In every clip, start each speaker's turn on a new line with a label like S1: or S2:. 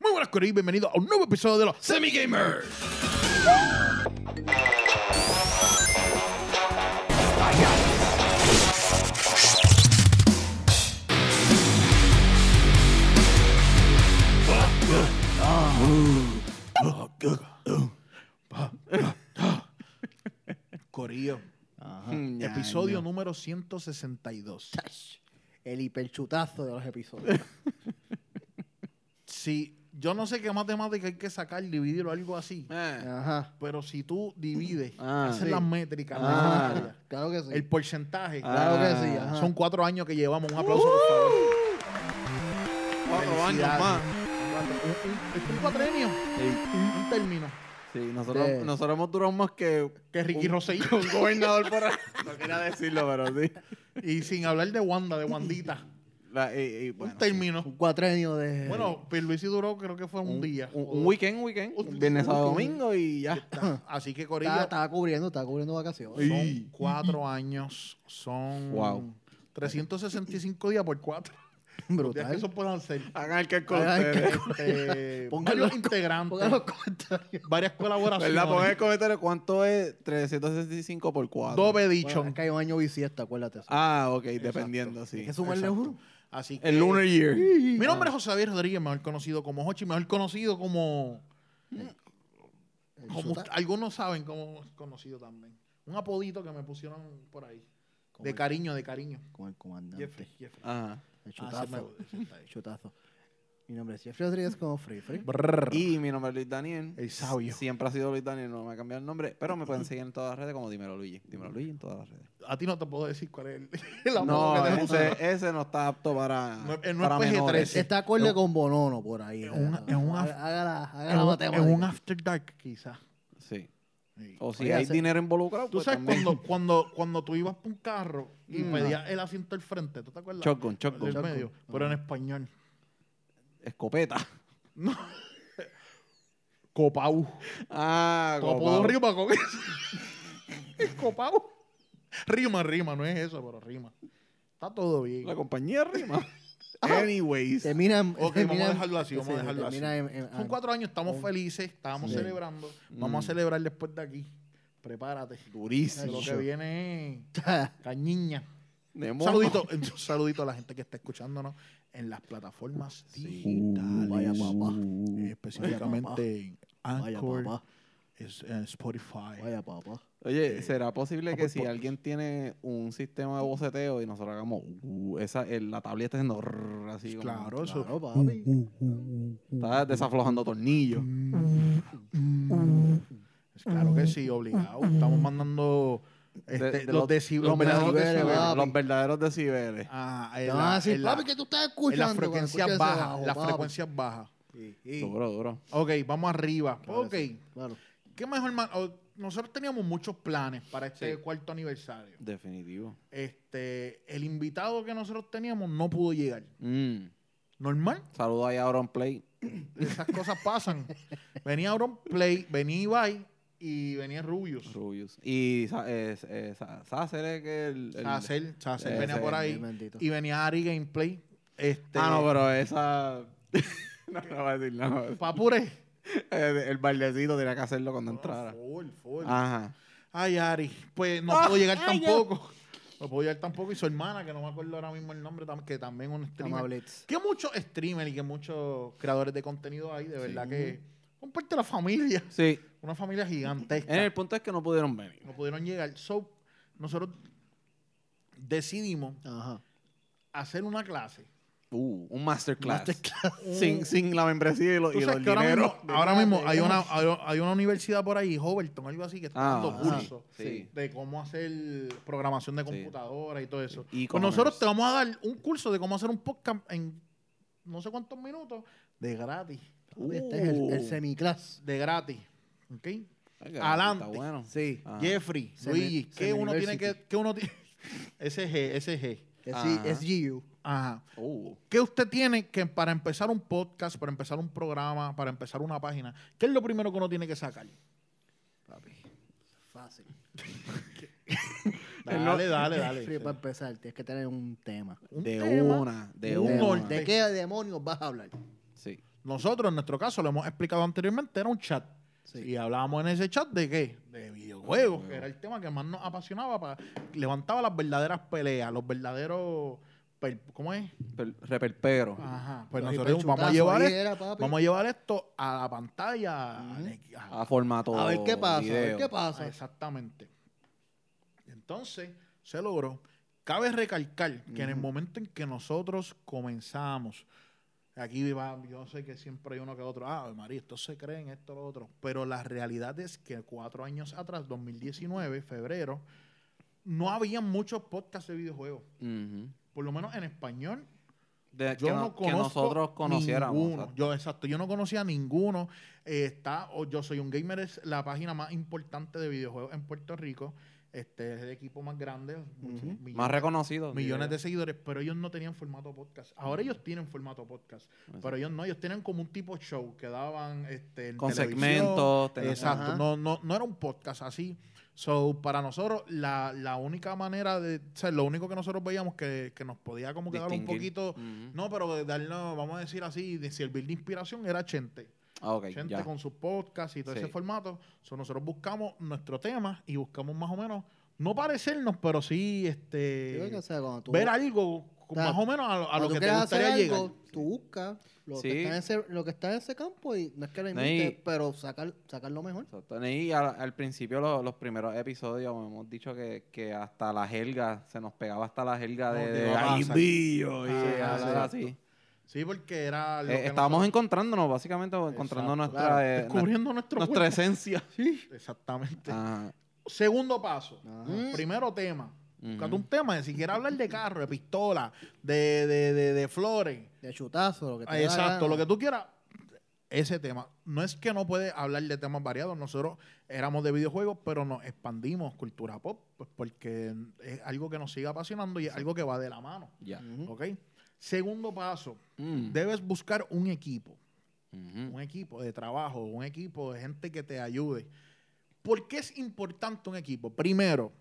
S1: Vasco y bienvenido a un nuevo episodio de los Semigamers. Corillo,
S2: Ah,
S1: episodio número 162.
S3: El hiperchutazo de los episodios.
S1: Si yo no sé qué matemática hay que sacar, dividirlo algo
S2: Eh,
S1: así.
S3: Ajá.
S1: Pero si tú divides,
S2: Ah,
S1: haces
S3: sí.
S1: las métricas, las
S2: Ah.
S1: áreas,
S3: Claro que sí.
S1: el porcentaje. Ah,
S3: Claro que sí. ajá.
S1: Son cuatro años que llevamos. Un aplauso, por favor.
S2: Uh. Cuatro años
S1: Felicidades.
S2: más.
S1: Un- un- Es un cuatrenio, un, un término.
S2: Sí, nosotros,
S3: Sí.
S2: nosotros hemos durado más que
S1: Que Ricky
S2: un,
S1: Rosselló.
S2: un gobernador por ahí. No quería decirlo, pero sí.
S1: Y sin hablar de Wanda, de Wandita.
S2: La- y- y, bueno,
S1: un término.
S3: Un cuatrenio de.
S1: Bueno, Pierluisi duró, creo que fue un, día.
S2: Un,
S1: O-
S2: un weekend, un weekend.
S1: Un-
S2: viernes,
S1: un-
S2: sábado,
S1: un-
S2: domingo y ya.
S1: Así que Corillo,
S3: Estaba, estaba cubriendo, estaba cubriendo vacaciones.
S1: son cuatro años. Son
S2: Wow.
S1: 365 días por cuatro. Los días que
S3: Brutal.
S1: eso puedan ser.
S2: Hagan el cálculo
S3: Hagan el
S2: ustedes.
S1: Este,
S3: Pongan
S1: varios
S3: los-
S1: integrantes,
S3: Pongan los comentarios.
S1: varias colaboraciones.
S2: ¿Verdad? Pon en el comentario cuánto es 365 por 4.
S1: Doble
S3: Bueno,
S1: dicho.
S3: acá hay un año bisiesta, acuérdate. eso.
S2: Ah, ok, dependiendo, sí.
S3: hay que sumarle
S2: Exacto.
S3: uno.
S1: Así que,
S2: El lunar year.
S1: Mi nombre es José Javier Rodríguez, mejor conocido como Hochi, mejor conocido como.
S3: El
S1: como
S3: chuta-
S1: usted- algunos saben cómo es conocido también. Un apodito que me pusieron por ahí.
S3: como
S1: De
S3: el-
S1: cariño, de cariño.
S3: Como el comandante.
S1: Jeffrey, Jeffrey.
S2: Ajá.
S1: Ah, se me-
S3: El chutazo. El chutazo. Mi nombre es Jeffrey Rodríguez como Free Free.
S1: Brrr.
S2: Y mi nombre es Luis Daniel.
S1: El sabio.
S2: Siempre ha sido Luis Daniel, no me ha cambiado el nombre, pero me pueden seguir en todas las redes como Dímelo Luigi. Dímelo Luigi en todas las redes.
S1: a ti no te puedo decir cuál es el, el apodo
S2: No,
S1: que te puso.
S2: ese, ese no está apto para.
S1: No, eh, no
S2: para
S1: es PG-13.
S2: menores.
S1: Sí.
S3: Está acorde con Bonono por ahí.
S1: Es un- es un af-
S3: Haga- haga la- haga
S1: En
S3: la
S1: un-
S3: matemática.
S1: en un After Dark, quizás.
S2: Sí.
S1: Sí.
S2: O si
S3: Oye,
S2: hay
S3: ese-
S2: dinero involucrado,
S1: Tú
S2: pues
S1: sabes
S2: también.
S1: cuando, cuando, cuando tú ibas por un carro y
S2: Mm.
S1: pedías el asiento al frente, ¿tú te acuerdas?
S2: Shotgun,
S1: El
S2: shotgun.
S1: del medio, pero en español.
S2: Escopeta.
S1: No. Copau.
S2: Ah,
S1: Tu apodo rima con eso. Es Copau. Rima, rima, no es eso, pero rima. Está todo bien.
S2: La compañía rima. Anyways.
S3: Termina en-
S1: Ok,
S3: termina
S1: vamos a
S3: en-
S1: dejarlo así, vamos a
S3: sí,
S1: dejarlo así.
S3: termina en- en-
S1: Son cuatro años, estamos felices, estábamos
S3: Sí.
S1: celebrando. Vamos a
S2: Mm.
S1: celebrar después de aquí. Prepárate.
S2: Durísimo.
S1: Lo que viene
S3: Ah,
S1: es cañiña.
S2: De
S1: Un
S2: mono.
S1: saludito, un saludito a la gente que está escuchándonos en las plataformas digitales.
S3: vaya papá.
S1: Eh, Específicamente en
S3: Vaya
S1: Anchor,
S3: papá.
S1: es- en Spotify.
S3: Vaya papá.
S2: Oye,
S1: Eh,
S2: ¿será posible que
S1: Apple
S2: si
S1: Podcast.
S2: alguien tiene un sistema de boceteo y nosotros hagamos uh, esa, el- la tabla está haciendo rrr, así como-
S1: Claro, eso.
S3: Claro, papi.
S2: está desaflojando tornillos?
S3: Mm.
S1: Claro que sí, obligado. Estamos mandando este,
S2: De- de
S1: los,
S2: los-
S1: deci-
S3: los
S1: los verdaderos
S3: decibeles,
S1: decibeles.
S3: papi.
S2: Los verdaderos decibeles.
S1: Ah, en
S3: Te van
S1: la-
S3: a decir,
S1: en la-
S3: papi, que tú estás
S1: en
S3: escuchando.
S1: las
S3: cuando
S1: frecuencias
S3: escuchas
S1: bajas.
S3: abajo,
S1: las
S3: papi?
S1: frecuencias bajas.
S3: Sí, sí.
S2: Duro, duro.
S1: Ok, vamos arriba.
S3: Claro
S1: ok.
S3: que sí, claro.
S1: ¿Qué mejor? man- o- Nosotros teníamos muchos planes para este
S2: Sí.
S1: cuarto aniversario.
S2: Definitivo.
S1: Este, el invitado que nosotros teníamos no pudo llegar.
S2: Mm.
S1: Normal,
S2: Saludos ahí a Auron Play.
S1: esas cosas pasan. Venía Auron Play, venía Ibai y venía Rubius.
S2: Rubius. Y Sa- eh, eh, Sa- Sácer es que el. el-
S1: Sacer, Sacer
S2: Ese,
S1: venía por ahí.
S3: bien bendito.
S1: Y venía Ari Gameplay. Este,
S2: Ah, no, pero esa. no, no voy a decir nada.
S1: Papure.
S2: El, el bailecito tenía que hacerlo cuando entrara.
S1: Full, full.
S2: Ajá.
S1: Ay, Ari, pues no
S2: Ah,
S1: puedo llegar
S2: ay,
S1: tampoco. No puedo llegar tampoco. Y su hermana, que no me acuerdo ahora mismo el nombre, tam- que también es un streamer.
S3: Amablets.
S1: Que muchos streamers y que muchos creadores de contenido hay, de verdad
S2: Sí.
S1: que son parte de la familia.
S2: Sí.
S1: Una familia gigantesca.
S2: En el punto es que no pudieron venir.
S1: No pudieron llegar. So, nosotros decidimos
S3: Ajá.
S1: hacer una clase.
S2: Uh, un masterclass. Uh.
S3: Masterclass.
S2: Sin, sin la membresía y, lo,
S1: Tú
S2: y
S1: sabes
S2: los
S1: que ahora
S2: dineros.
S1: mismo, ahora mismo
S3: Dejamos-
S1: hay, una, hay- hay una universidad por ahí, Hoverton, algo así, que está
S2: Ah,
S1: dando
S2: ajá.
S1: cursos
S2: Sí.
S1: de cómo hacer programación de
S2: Sí.
S1: computadora y todo eso.
S2: Y
S1: pues
S2: commerce.
S1: nosotros te vamos a dar un curso de cómo hacer un podcast en no sé cuántos minutos de gratis.
S3: Papi, Este es el, el
S2: Uh.
S3: semiclass.
S1: De gratis. ¿Ok?
S2: Ay, caramba,
S1: Adelante.
S2: está bueno.
S3: Sí.
S2: Ah.
S1: Jeffrey,
S3: Semi-
S1: Luigi, ¿qué uno tiene que.
S3: semi-university.
S1: ¿Qué uno tiene? SG, SG.
S3: Es,
S2: Ajá.
S3: es GU.
S1: Ajá.
S2: Uh,
S1: ¿Qué usted tiene que para empezar un podcast, para empezar un programa, para empezar una página? ¿Qué es lo primero que uno tiene que sacar?
S3: Papi. Fácil.
S1: Eh, Dale,
S2: no-
S1: dale,
S3: Free,
S1: dale.
S3: para empezar, tienes que tener un tema.
S1: Un
S2: de
S1: tema.
S2: una, de
S1: Eh, un
S2: una.
S1: norte. Pues
S3: ¿De qué demonios vas a hablar?
S2: Sí.
S1: Nosotros, en nuestro caso, lo hemos explicado anteriormente, era un chat.
S3: Sí.
S1: Y hablábamos en ese chat de qué? De videojuegos,
S2: Videojuegos.
S1: que era el tema que más nos apasionaba, pa- levantaba las verdaderas peleas, los verdaderos... per- ¿Cómo es?
S2: Per- reperpero.
S1: Ajá. Pues
S3: Los
S1: nosotros vamos a
S3: hiperchutazos
S1: llevar
S3: ahí
S1: esto,
S3: era, papi.
S1: vamos a llevar esto a la pantalla.
S3: Ujú.
S1: de- a-
S2: A formato.
S3: a ver qué pasa, a ver
S2: video.
S3: qué
S1: Ah,
S3: pasa.
S1: Exactamente. Entonces, se logró. Cabe recalcar que en el
S2: Ujú.
S1: momento en que nosotros comenzamos, aquí va, yo sé que siempre hay uno que otro, ah, María, estos se creen, esto, lo otro, pero la realidad es que cuatro años atrás, 2019, febrero, no había muchos podcasts de videojuegos,
S2: Ujú.
S1: por lo menos en español
S2: De-
S1: yo
S2: que,
S1: no
S2: no- que
S1: conozco
S2: nosotros conociéramos.
S1: ninguno.
S2: exacto.
S1: Yo, exacto, yo no conocía ninguno. Eh, está, o yo soy un gamer, es la página más importante de videojuegos en Puerto Rico. Este es el equipo más grande, muchos-
S3: Ujú.
S1: millones,
S2: Más reconocido.
S1: millones de
S2: diría
S1: seguidores, pero ellos no tenían formato podcast. Ahora ellos tienen formato podcast,
S2: yo.
S1: pero ellos no, ellos tienen como un tipo show que daban este, en
S2: Con
S1: televisión.
S2: segmentos. tener-
S1: Exacto,
S3: Ajá.
S1: no, no, no era un podcast así. So, para nosotros, la, la única manera de, o sea, lo único que nosotros veíamos que, que nos podía como quedar un
S2: distinguir.
S1: poquito
S2: Ujú.
S1: no, pero de darnos, vamos a decir así, de servir de inspiración era Chente.
S2: Ah, ok,
S1: Chente
S2: ya.
S1: con sus podcasts y todo
S2: Sí.
S1: ese formato. So, nosotros buscamos nuestro tema y buscamos más o menos, no parecernos, pero sí
S3: Yo creo
S1: este,
S3: que, o sea, cuando tú-
S1: ver algo co-
S3: sea,
S1: más o menos a, lo- a
S3: cuando
S1: lo
S3: tú
S1: que te
S3: quieras hacer
S1: gustaría llegar.
S3: algo, Tú buscas lo,
S2: Sí.
S3: que está en ese, lo que está en ese campo y no es que lo
S2: No,
S3: inventes,
S2: y-
S3: pero sacar, sacar lo mejor.
S2: Exacto. Y al, al principio, lo- los primeros episodios, hemos dicho que, que hasta la jerga, se nos pegaba hasta la jerga
S1: No,
S2: de,
S1: te
S2: de
S1: va a pasar.
S2: Aguimbillo y
S1: Ajá,
S2: hablar
S1: exacto.
S2: así.
S1: Sí, porque era lo
S2: Eh,
S1: que
S2: estábamos
S1: nosotros-
S2: encontrándonos, básicamente, encontrando
S1: Exacto,
S2: nuestra,
S3: claro.
S2: eh,
S1: descubriendo nuestro
S2: nuestra
S1: cuerpo.
S2: esencia. Ah.
S1: Exactamente.
S2: Ajá.
S1: Segundo paso. Mm.
S3: Ajá.
S1: Primero tema. Buscate
S2: Ujú.
S1: un tema, de si quieres hablar de carro, de pistola, de, de, de, de flores.
S3: De chutazo, lo que te da
S1: Exacto,
S3: gana.
S1: lo que tú quieras, ese tema. No es que no puedes hablar de temas variados. Nosotros éramos de videojuegos, pero nos expandimos cultura pop, pues, porque es algo que nos sigue apasionando y es algo que va de la mano.
S2: Ya.
S3: Ujú.
S1: ¿Ok? Segundo paso,
S2: Mm.
S1: debes buscar un equipo,
S2: Ujú.
S1: un equipo de trabajo, un equipo de gente que te ayude. ¿Por qué es importante un equipo? Primero,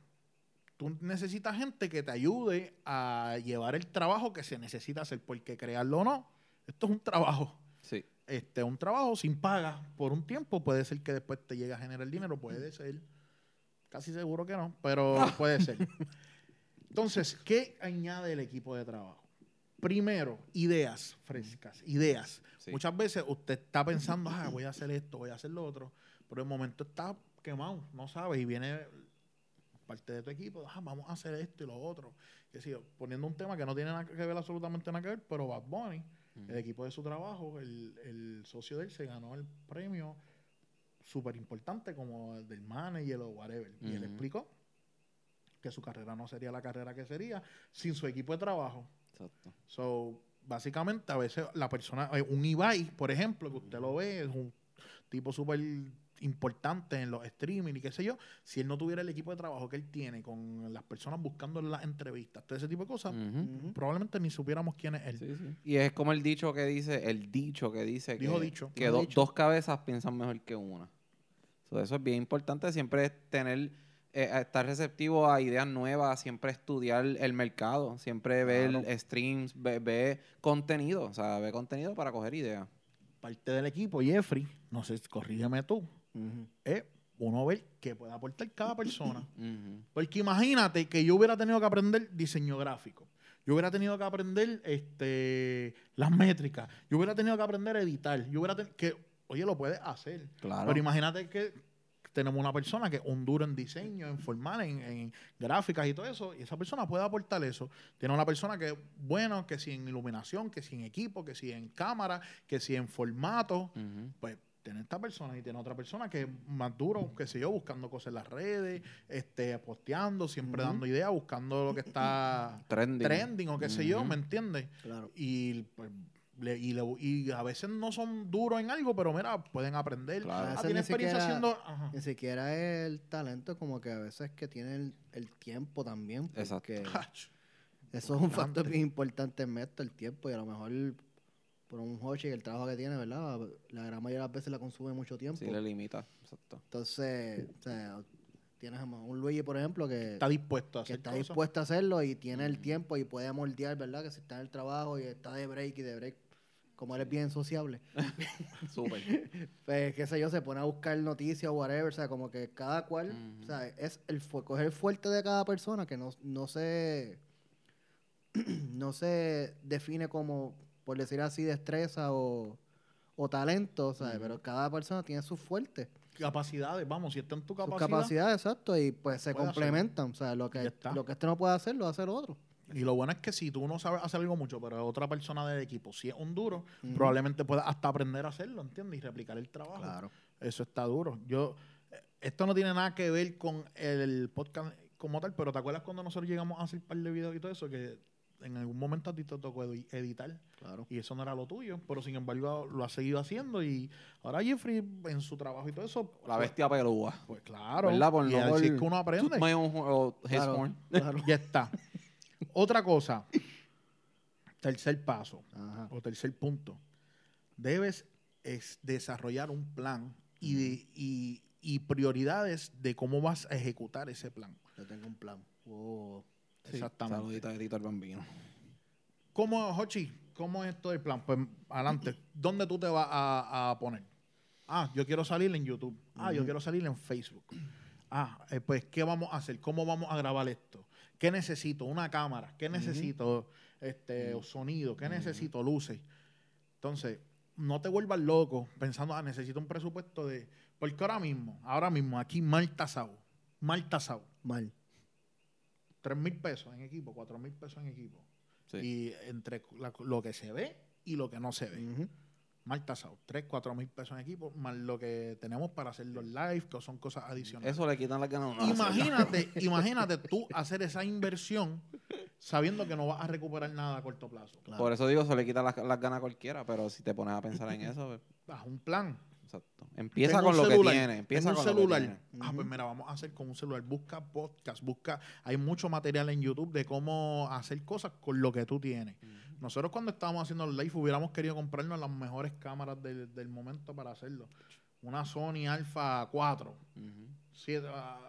S1: tú necesitas gente que te ayude a llevar el trabajo que se necesita hacer, porque crearlo o no, esto es un trabajo
S2: Sí.
S1: este, un trabajo sin paga por un tiempo. Puede ser que después te llegue a generar dinero, puede ser. Casi seguro que no, pero puede ser. Entonces, ¿qué añade el equipo de trabajo? Primero, ideas frescas, ideas.
S2: Sí.
S1: Muchas veces usted está pensando, ah, voy a hacer esto, voy a hacer lo otro, pero el momento está quemado, no sabes, y viene parte de tu equipo, ah, vamos a hacer esto y lo otro. Qué sé yo, poniendo un tema que no tiene nada que ver, absolutamente nada que ver, pero Bad Bunny, el equipo de su trabajo, el, el socio de él se ganó el premio súper importante como el del manager o whatever. Y él
S2: Ujú.
S1: explicó que su carrera no sería la carrera que sería sin su equipo de trabajo.
S2: Exacto.
S1: So, básicamente, a veces la persona, eh, un Ibai, por ejemplo, que usted lo ve, es un tipo súper importante en los streaming y qué sé yo, si él no tuviera el equipo de trabajo que él tiene con las personas buscando las entrevistas, todo ese tipo de cosas,
S2: Ujú.
S3: Ujú.
S1: probablemente ni supiéramos quién es él.
S2: Sí, sí. Y es como el dicho que dice, el dicho que dice
S1: Dijo
S2: que,
S1: dicho.
S2: que
S3: Dijo
S2: do-
S3: dicho.
S2: dos cabezas piensan mejor que una. So, eso es bien importante, siempre es tener, eh, a estar receptivo a ideas nuevas, siempre estudiar el mercado, siempre ver streams, ve, ve contenido, o sea, ve contenido para coger ideas.
S1: parte del equipo, Jeffrey, no sé, corrígeme tú,
S3: Ujú.
S1: es uno ver qué puede aportar cada persona.
S2: Ujú.
S1: Porque imagínate que yo hubiera tenido que aprender diseño gráfico. Yo hubiera tenido que aprender este, las métricas. Yo hubiera tenido que aprender a editar. Yo hubiera ten- que, oye, lo puedes hacer.
S2: Claro.
S1: Pero imagínate que tenemos una persona que es un duro en diseño, en formal, en, en gráficas y todo eso, y esa persona puede aportar eso. Tiene una persona que es bueno, que si en iluminación, que si en equipo, que si en cámara, que si en formato
S2: Ujú.
S1: pues tiene esta persona y tiene otra persona que es más duro, qué sé yo, buscando cosas en las redes, este, posteando, siempre
S3: Ujú.
S1: dando ideas, buscando lo que está
S2: Trending.
S1: trending o qué sé yo,
S2: Ujú.
S1: ¿me entiendes?
S3: Claro.
S1: Y, pues, le- y, le- y a veces no son duros en algo, pero mira, pueden aprender.
S2: Claro.
S1: Ah,
S3: Hacer
S1: tiene
S3: ni
S1: experiencia
S3: siquiera-
S1: haciendo... Ajá.
S3: Ni siquiera es el talento, como que a veces que tiene el, el tiempo también.
S2: Exacto.
S3: Porque
S1: Ach,
S3: eso es un factor
S1: Importante.
S3: bien importante en esto, el tiempo. Y a lo mejor por un hoche y el trabajo que tiene, ¿verdad? La gran mayoría de las veces la consume mucho tiempo.
S2: Sí, le limita. Exacto.
S3: Entonces, o sea, tienes a un Luigi, por ejemplo, que
S1: Está dispuesto a
S3: que
S1: hacer
S3: está
S1: cosas.
S3: dispuesto a hacerlo y tiene el
S2: Ujú.
S3: tiempo y puede moldear, ¿verdad? Que si está en el trabajo y está de break y de break como él es bien sociable,
S2: Súper.
S3: pues, qué sé yo, se pone a buscar noticias o whatever, o sea, como que cada cual,
S2: Ujú.
S3: o sea, es el fu- coger el fuerte de cada persona que no, no se no se define como, por decir así, destreza o, o talento, ¿sabes?
S2: Ujú.
S3: Pero cada persona tiene su fuerte,
S1: Capacidades, vamos, si está en tu
S3: sus
S1: capacidad,
S3: capacidades, exacto, y pues se
S1: Puede hacerlo.
S3: complementan, o sea, lo
S1: Ya
S3: que,
S1: está.
S3: lo que este no puede hacer lo hace el otro.
S1: Y lo bueno es que si tú no sabes hacer algo mucho, pero otra persona del equipo, si es un duro,
S3: Ujú.
S1: probablemente puedas hasta aprender a hacerlo, ¿entiendes? Y replicar el trabajo.
S3: Claro.
S1: Eso está duro. Yo, eh, esto no tiene nada que ver con el podcast como tal, pero ¿te acuerdas cuando nosotros llegamos a hacer un par de videos y todo eso? Que en algún momento a ti te tocó edi- editar
S3: Claro.
S1: y eso no era lo tuyo, pero sin embargo lo has seguido haciendo y ahora Jeffrey en su trabajo y todo eso...
S2: La
S1: pues-
S2: bestia pelúa.
S1: Pues claro.
S2: ¿Verdad? Por
S1: y
S2: no
S1: así
S2: por-
S1: es que uno aprende.
S2: My own horn, o his
S3: Claro,
S2: horn.
S3: claro.
S1: Ya está. Otra cosa. Tercer paso
S3: Ajá.
S1: o tercer punto. Debes es desarrollar un plan y, de- y- y prioridades de cómo vas a ejecutar ese plan.
S3: Yo tengo un plan. Oh.
S1: Exactamente.
S2: Saludita de Tito el Bambino.
S1: ¿Cómo, Hochi? ¿Cómo es todo el plan? Pues adelante. ¿Dónde tú te vas a, a poner? Ah, yo quiero salir en YouTube. Ah, yo
S3: Ujú.
S1: quiero salir en Facebook. Ah, eh, pues, ¿qué vamos a hacer? ¿Cómo vamos a grabar esto? ¿Qué necesito? Una cámara. ¿Qué necesito? Este, sonido. ¿Qué necesito? Luces. Entonces, no te vuelvas loco pensando, ah, necesito un presupuesto de. Porque ahora mismo, ahora mismo, aquí Malta Sau. Malta Sau.
S3: Mal.
S1: 3 mil pesos en equipo, 4 mil pesos en equipo
S2: Sí.
S1: y entre la- lo que se ve y lo que no se
S2: Mm.
S1: ve. Mal tasado, 3, 4 mil pesos en equipo, más lo que tenemos para hacer los live, que son cosas adicionales.
S2: Eso le quitan las ganas. a uno de hacerlo.
S1: imagínate, imagínate tú hacer esa inversión sabiendo que no vas a recuperar nada a corto plazo.
S3: Claro.
S2: Por eso digo, se le quitan las, las ganas a cualquiera, pero si te pones a pensar en eso, pues,
S1: Haz un plan.
S2: exacto. Empieza
S1: Tengo
S2: con
S1: un
S2: lo
S1: celular,
S2: que tiene. Empieza
S1: tengo
S2: con
S1: un celular.
S2: Lo que tiene.
S1: Ah, pues
S3: Ujú.
S1: mira, vamos a hacer con un celular. Busca podcast, busca. Hay mucho material en YouTube de cómo hacer cosas con lo que tú tienes. Nosotros cuando estábamos haciendo el live hubiéramos querido comprarnos las mejores cámaras del, del momento para hacerlo. Una Sony Alpha 4,
S2: Ujú.
S1: siete, ah,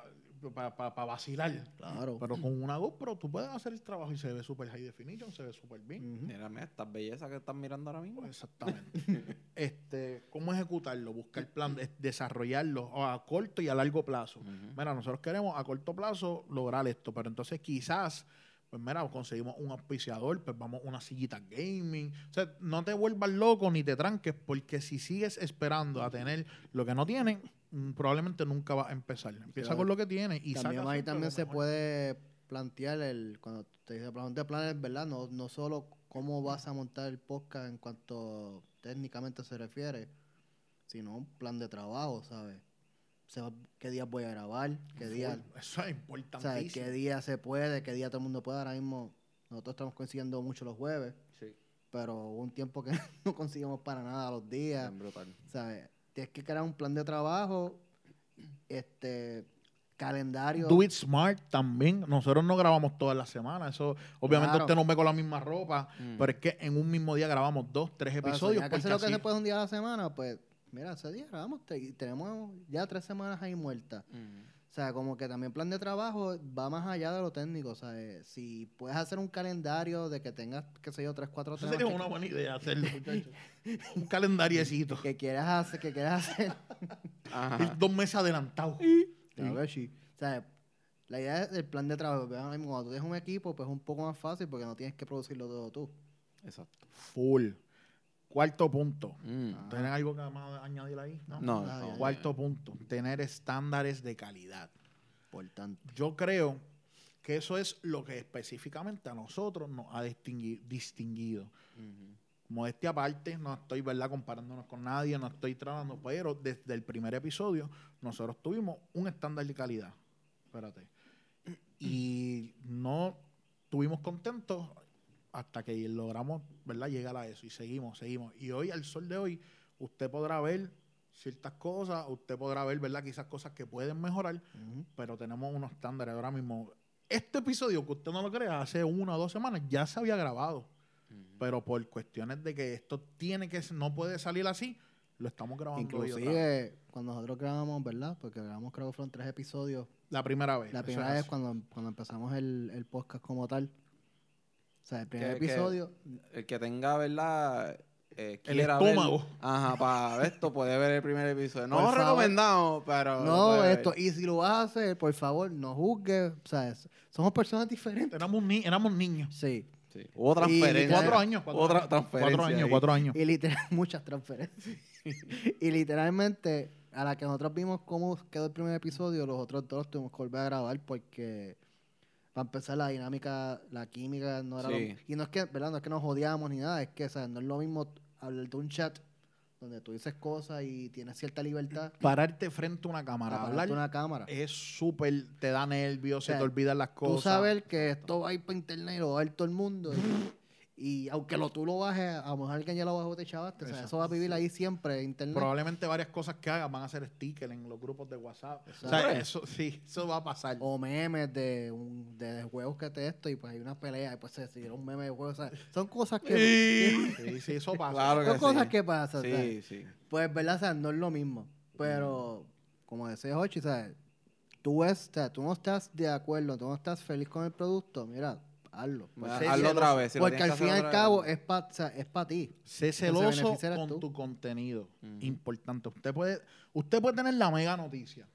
S1: para, para- para vacilar.
S3: Claro.
S1: Pero con una GoPro tú puedes hacer el trabajo y se ve súper high definition, se ve súper bien.
S3: Ujú.
S2: Mira, mira, estas bellezas que estás mirando ahora mismo.
S1: Pues, Exactamente. este, ¿Cómo ejecutarlo? Buscar plan, de- desarrollarlo a corto y a largo plazo.
S2: Ujú.
S1: Mira, nosotros queremos a corto plazo lograr esto, pero entonces quizás, pues mira, conseguimos un auspiciador, pues vamos a una sillita gaming. O sea, no te vuelvas loco ni te tranques, porque si sigues esperando a tener lo que no tienes, mm, probablemente nunca vas a empezar. Empieza
S3: Claro.
S1: con lo que tienes y
S3: también
S1: saca
S3: ahí
S1: siempre lo
S3: también se
S1: mejor.
S3: puede plantear el cuando te dice plan de planes verdad no, no solo cómo vas a montar el podcast en cuanto técnicamente se refiere sino un plan de trabajo sabes O sea, qué días voy a grabar qué día
S1: Full. Eso es
S3: o sea,
S1: importantísimo.
S3: qué día se puede qué día todo el mundo puede ahora mismo nosotros estamos consiguiendo mucho los jueves
S2: Sí,
S3: pero hubo un tiempo que no conseguimos para nada los días
S2: tan brutal.
S3: sabes tienes que crear un plan de trabajo este calendario
S1: Do it smart también. Nosotros no grabamos todas las semanas. Eso, obviamente,
S3: Claro.
S1: usted nos ve con la misma ropa,
S2: Mm.
S1: pero es que en un mismo día grabamos dos, tres
S3: Pues,
S1: episodios.
S3: ya que
S1: porque
S3: hacer lo que
S1: así-
S3: se puede un día a la semana, pues mira, ese día grabamos te- y tenemos ya tres semanas ahí muertas.
S2: Ujú.
S3: O sea, como que también plan de trabajo va más allá de lo técnico. O sea, eh, si puedes hacer un calendario de que tengas, qué sé yo, tres, cuatro
S1: Eso
S3: temas
S1: sería
S3: que,
S1: una buena idea hacerlo, muchachos. Un calendariecito.
S3: que quieras hacer, que quieras hacer.
S2: Ajá.
S1: Ir dos meses adelantado.
S3: Claro que pues, sí. O sea, la idea del plan de trabajo, pero ahora mismo cuando tú tienes un equipo, pues es un poco más fácil porque no tienes que producirlo todo tú.
S2: Exacto.
S1: Full. Cuarto punto.
S2: Mm.
S3: Ah.
S1: ¿Tienen algo que más añadir ahí? No.
S2: No,
S3: Ah,
S2: no,
S3: ya, ya.
S1: Cuarto punto. Tener estándares de calidad.
S3: Por tanto.
S1: Yo creo que eso es lo que específicamente a nosotros nos ha distingui- distinguido.
S2: Ujú.
S1: Modestia este aparte, no estoy ¿verdad? comparándonos con nadie, no estoy tratando, pero desde el primer episodio nosotros tuvimos un estándar de calidad. Espérate. Y no estuvimos contentos hasta que logramos ¿verdad? llegar a eso y seguimos, seguimos. Y hoy, al sol de hoy, usted podrá ver ciertas cosas, usted podrá ver ¿verdad? quizás cosas que pueden mejorar,
S3: Ujú.
S1: pero tenemos unos estándares ahora mismo. Este episodio, que usted no lo crea, hace una o dos semanas ya se había grabado
S2: Ujú.
S1: pero por cuestiones de que esto tiene que no puede salir así, lo estamos grabando hoy otra vez.
S3: Inclusive, cuando nosotros grabamos, ¿verdad? Porque grabamos creo que fueron tres episodios
S1: la primera vez.
S3: La
S1: eso
S3: primera
S1: es
S3: vez
S1: así.
S3: cuando, cuando empezamos el, el podcast como tal. O sea, el primer
S2: Que- que-
S3: episodio.
S2: El que tenga, ¿verdad? eh,
S1: El
S2: quiera ver-
S1: estómago.
S2: ajá, para esto puede ver el primer episodio. No
S3: Por favor.
S2: recomendamos, pero.
S3: No,
S2: puede ver.
S3: esto. Y si lo vas a hacer, por favor, no juzgues. O sea, es- somos personas diferentes.
S1: Éramos, ni- éramos niños.
S3: Sí.
S2: Sí. Hubo transferencia.
S1: Cuatro años. Cuatro
S2: Otra
S1: años.
S2: transferencia
S1: Cuatro años,
S2: ahí.
S1: cuatro años.
S3: Y literal, muchas transferencias. y literalmente, a la que nosotros vimos cómo quedó el primer episodio, los otros dos los tuvimos que volver a grabar porque, para empezar, la dinámica, la química no era lo-
S2: Sí.
S3: Y no es que, ¿verdad? No es que nos odiamos ni nada, es que, o sea, no es lo mismo hablar de un chat donde tú dices cosas y tienes cierta libertad
S1: Pararte frente a una
S3: para
S1: cámara,
S3: hablar
S1: hablar
S3: de una cámara.
S1: es súper, te da nervios, se
S3: O sea,
S1: te olvidan las cosas.
S3: Tú sabes que esto va a ir para internet y lo va a ver todo el mundo. Y, y aunque lo tú lo bajes, a lo mejor alguien ya lo bajó te chavaste. O sea, eso va a vivir ahí siempre, internet.
S1: Probablemente varias cosas que hagas van a ser stickers en los grupos de WhatsApp. O
S3: Exacto. Oh.
S1: sea, eso sí, eso va a pasar.
S3: o memes de, un- de juegos que te esto y pues hay una pelea y pues se tiró un meme de juegos. O sea, son cosas que,
S1: Sí, sí, eso pasa.
S2: Claro
S3: son
S2: que
S3: cosas
S2: sí.
S3: que pasan. o sea,
S2: Sí, sí.
S3: Pues, ¿verdad? O sea, no es lo mismo. Pero, como decía Hochi, ¿sabes? Tú, ves, o sea, tú no estás de acuerdo, tú no estás feliz con el producto, mira, hazlo. pues.
S2: Ah,
S1: sí,
S2: hazlo
S1: sí,
S2: otra vez. si lo
S3: Porque
S2: tienes
S3: al
S2: que
S3: fin y
S2: hacer
S3: al
S2: otra
S3: cabo
S2: vez.
S3: es para es pa ti.
S1: Sé
S3: se
S1: celoso
S3: beneficiaras
S1: con
S3: tú.
S1: tu contenido.
S2: Ujú.
S1: Importante. Usted puede, usted puede tener la mega noticia,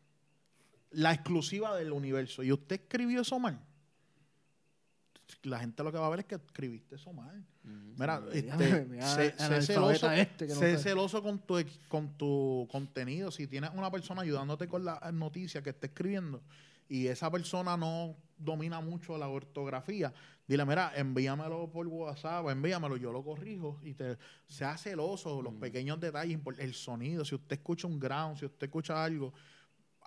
S1: la exclusiva del universo, y usted escribió eso mal. La gente lo que va a ver es que escribiste eso mal.
S2: Ujú.
S1: Mira,
S3: Sí,
S1: este,
S3: mira,
S1: sé, sé
S3: analfabeta
S1: celoso,
S3: este que no
S1: sé
S3: sabe.
S1: celoso con, tu, ex- con tu contenido. Si tienes una persona ayudándote con las noticias que esté escribiendo y esa persona no domina mucho la ortografía, dile, mira, envíamelo por WhatsApp, o envíamelo, yo lo corrijo y te sea celoso, los
S2: Mm.
S1: pequeños detalles, impor- el sonido, si usted escucha un ground, si usted escucha algo,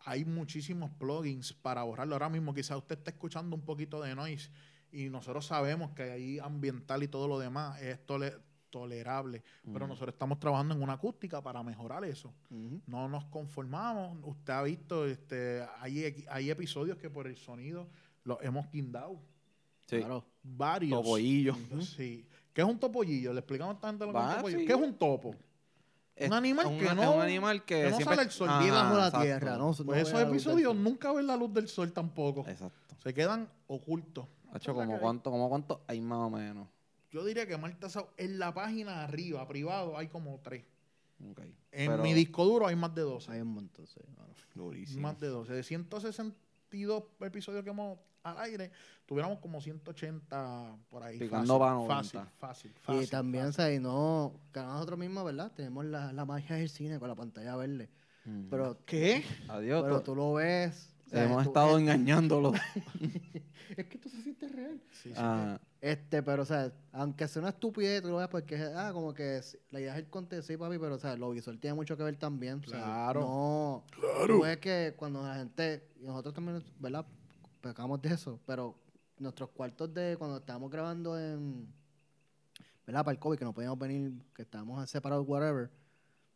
S1: hay muchísimos plugins para borrarlo. Ahora mismo quizás usted está escuchando un poquito de noise y nosotros sabemos que ahí ambiental y todo lo demás es tole- tolerable, pero
S2: Ujú.
S1: nosotros estamos trabajando en una acústica para mejorar eso.
S3: Ujú.
S1: No nos conformamos. Usted ha visto, este, hay, equi- hay episodios que por el sonido los hemos guindado.
S2: Sí.
S3: Claro.
S1: Varios.
S2: Topollillo.
S1: Sí. ¿Qué es un topollillo? Le explicamos a esta gente lo que es un
S2: Va,
S1: topollillo.
S2: sí.
S1: ¿Qué es un topo?
S2: Es-
S1: animal
S2: es
S1: que
S2: un-
S1: no-
S2: es un animal que
S1: que no
S2: siempre
S1: sale al sol,
S2: Ajá,
S1: bien
S3: bajo la
S2: exacto.
S3: tierra, ¿no? No
S1: Pues esos
S3: vea la luz del
S1: episodios
S3: sol.
S1: nunca ven la luz del sol tampoco.
S2: Exacto.
S1: Se quedan ocultos. Cosa
S2: Hacho,
S1: que
S2: como
S1: hay.
S2: cuánto, como cuánto hay más o menos.
S1: Yo diría que Marta Sau, en la página arriba, privado, hay como tres.
S2: Ok.
S1: En
S2: Pero-
S1: mi disco duro hay más de 12.
S3: Hay un montón, sí, claro.
S2: Durísimo.
S1: Más de 12. De 162 episodios que hemos al aire, tuviéramos como 180 por ahí. fácil,
S2: Picando pa' 90.
S1: Fácil, fácil, fácil.
S3: y también,
S1: fácil.
S3: o sea, y no, que nosotros mismos, ¿verdad? Tenemos la, la magia del cine con la pantalla verde.
S2: Ujú.
S3: Pero,
S1: ¿Qué?
S2: Adiós.
S3: pero
S2: to-
S3: tú lo ves. o sea,
S2: Hemos
S3: tú-
S2: estado
S3: es,
S2: engañándolo.
S3: es que tú se siente real.
S1: Sí, sí.
S2: Ah,
S3: Este, pero, o sea, aunque sea una estupidez, tú lo ves porque, ah, como que es- la idea es el contenido, sí, papi, pero, o sea, lo visual tiene mucho que ver también. o sea,
S1: Claro.
S3: No, claro. Es que cuando la gente, y nosotros también, ¿verdad? Pecamos de eso, pero nuestros cuartos de cuando estábamos grabando en, ¿verdad? Para el COVID, que no podíamos venir, que estábamos separados, whatever.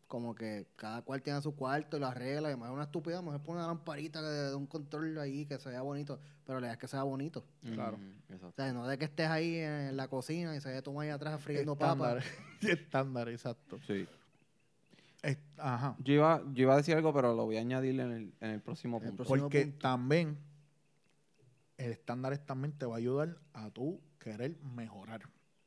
S3: Como que cada cual tiene su cuarto y lo arregla, y además es una estupidez, a lo mejor pone una lamparita que- de un control ahí que se vea bonito, pero la idea es que sea bonito.
S1: Claro.
S2: mm,
S3: O
S2: exacto.
S3: sea, no de que estés ahí en la cocina y se vea tu madre atrás friendo
S1: Estándar.
S3: papas.
S1: Estándar, exacto.
S2: Sí.
S1: Es- ajá.
S2: Yo iba, yo iba a decir algo, pero lo voy a añadir en el, en el próximo
S3: En el
S2: punto.
S3: próximo-
S1: Porque
S3: punto.
S1: también el estándar es también te va a ayudar a tú querer mejorar.